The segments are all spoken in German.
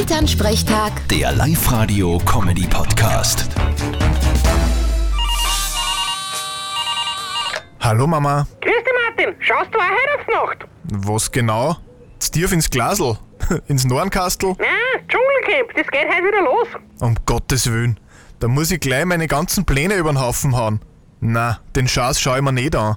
Elternsprechtag, Der Live-Radio-Comedy-Podcast. Hallo Mama, Grüß dich, Martin. Schaust du auch heute auf die Nacht? was genau? Zu tief ins Glasl, ins Nornkastel? Nein, Dschungelcamp, das geht heute wieder los. Um Gottes Willen, da muss ich gleich meine ganzen Pläne über den Haufen hauen. Na, den Schaß schau ich mir nicht an.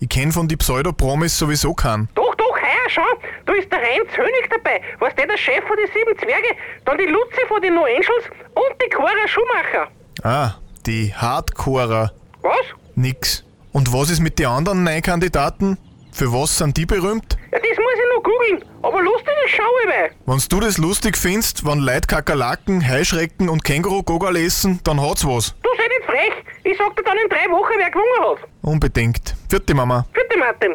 Ich kenn von die Pseudopromis sowieso keinen. Doch, doch, heuer schon. Da ist der Reinz Hönig dabei. Weißt du, der Chef von den sieben Zwerge, dann die Luzi von den No Angels und die Cora Schumacher. Ah, die Hardcorer. Was? Nix. Und was ist mit den anderen neun Kandidaten? Für was sind die berühmt? Ja, das muss ich noch googeln. Aber lustig ist schau ich mal. Wenn du das lustig findest, wenn Leute Kakerlaken, Heuschrecken und Känguru-Gogal essen, dann hat's was. Du sei nicht frech. Ich sag dir dann in drei Wochen, wer gewonnen hat. Unbedingt. Vierte Mama. Bitte, Martin.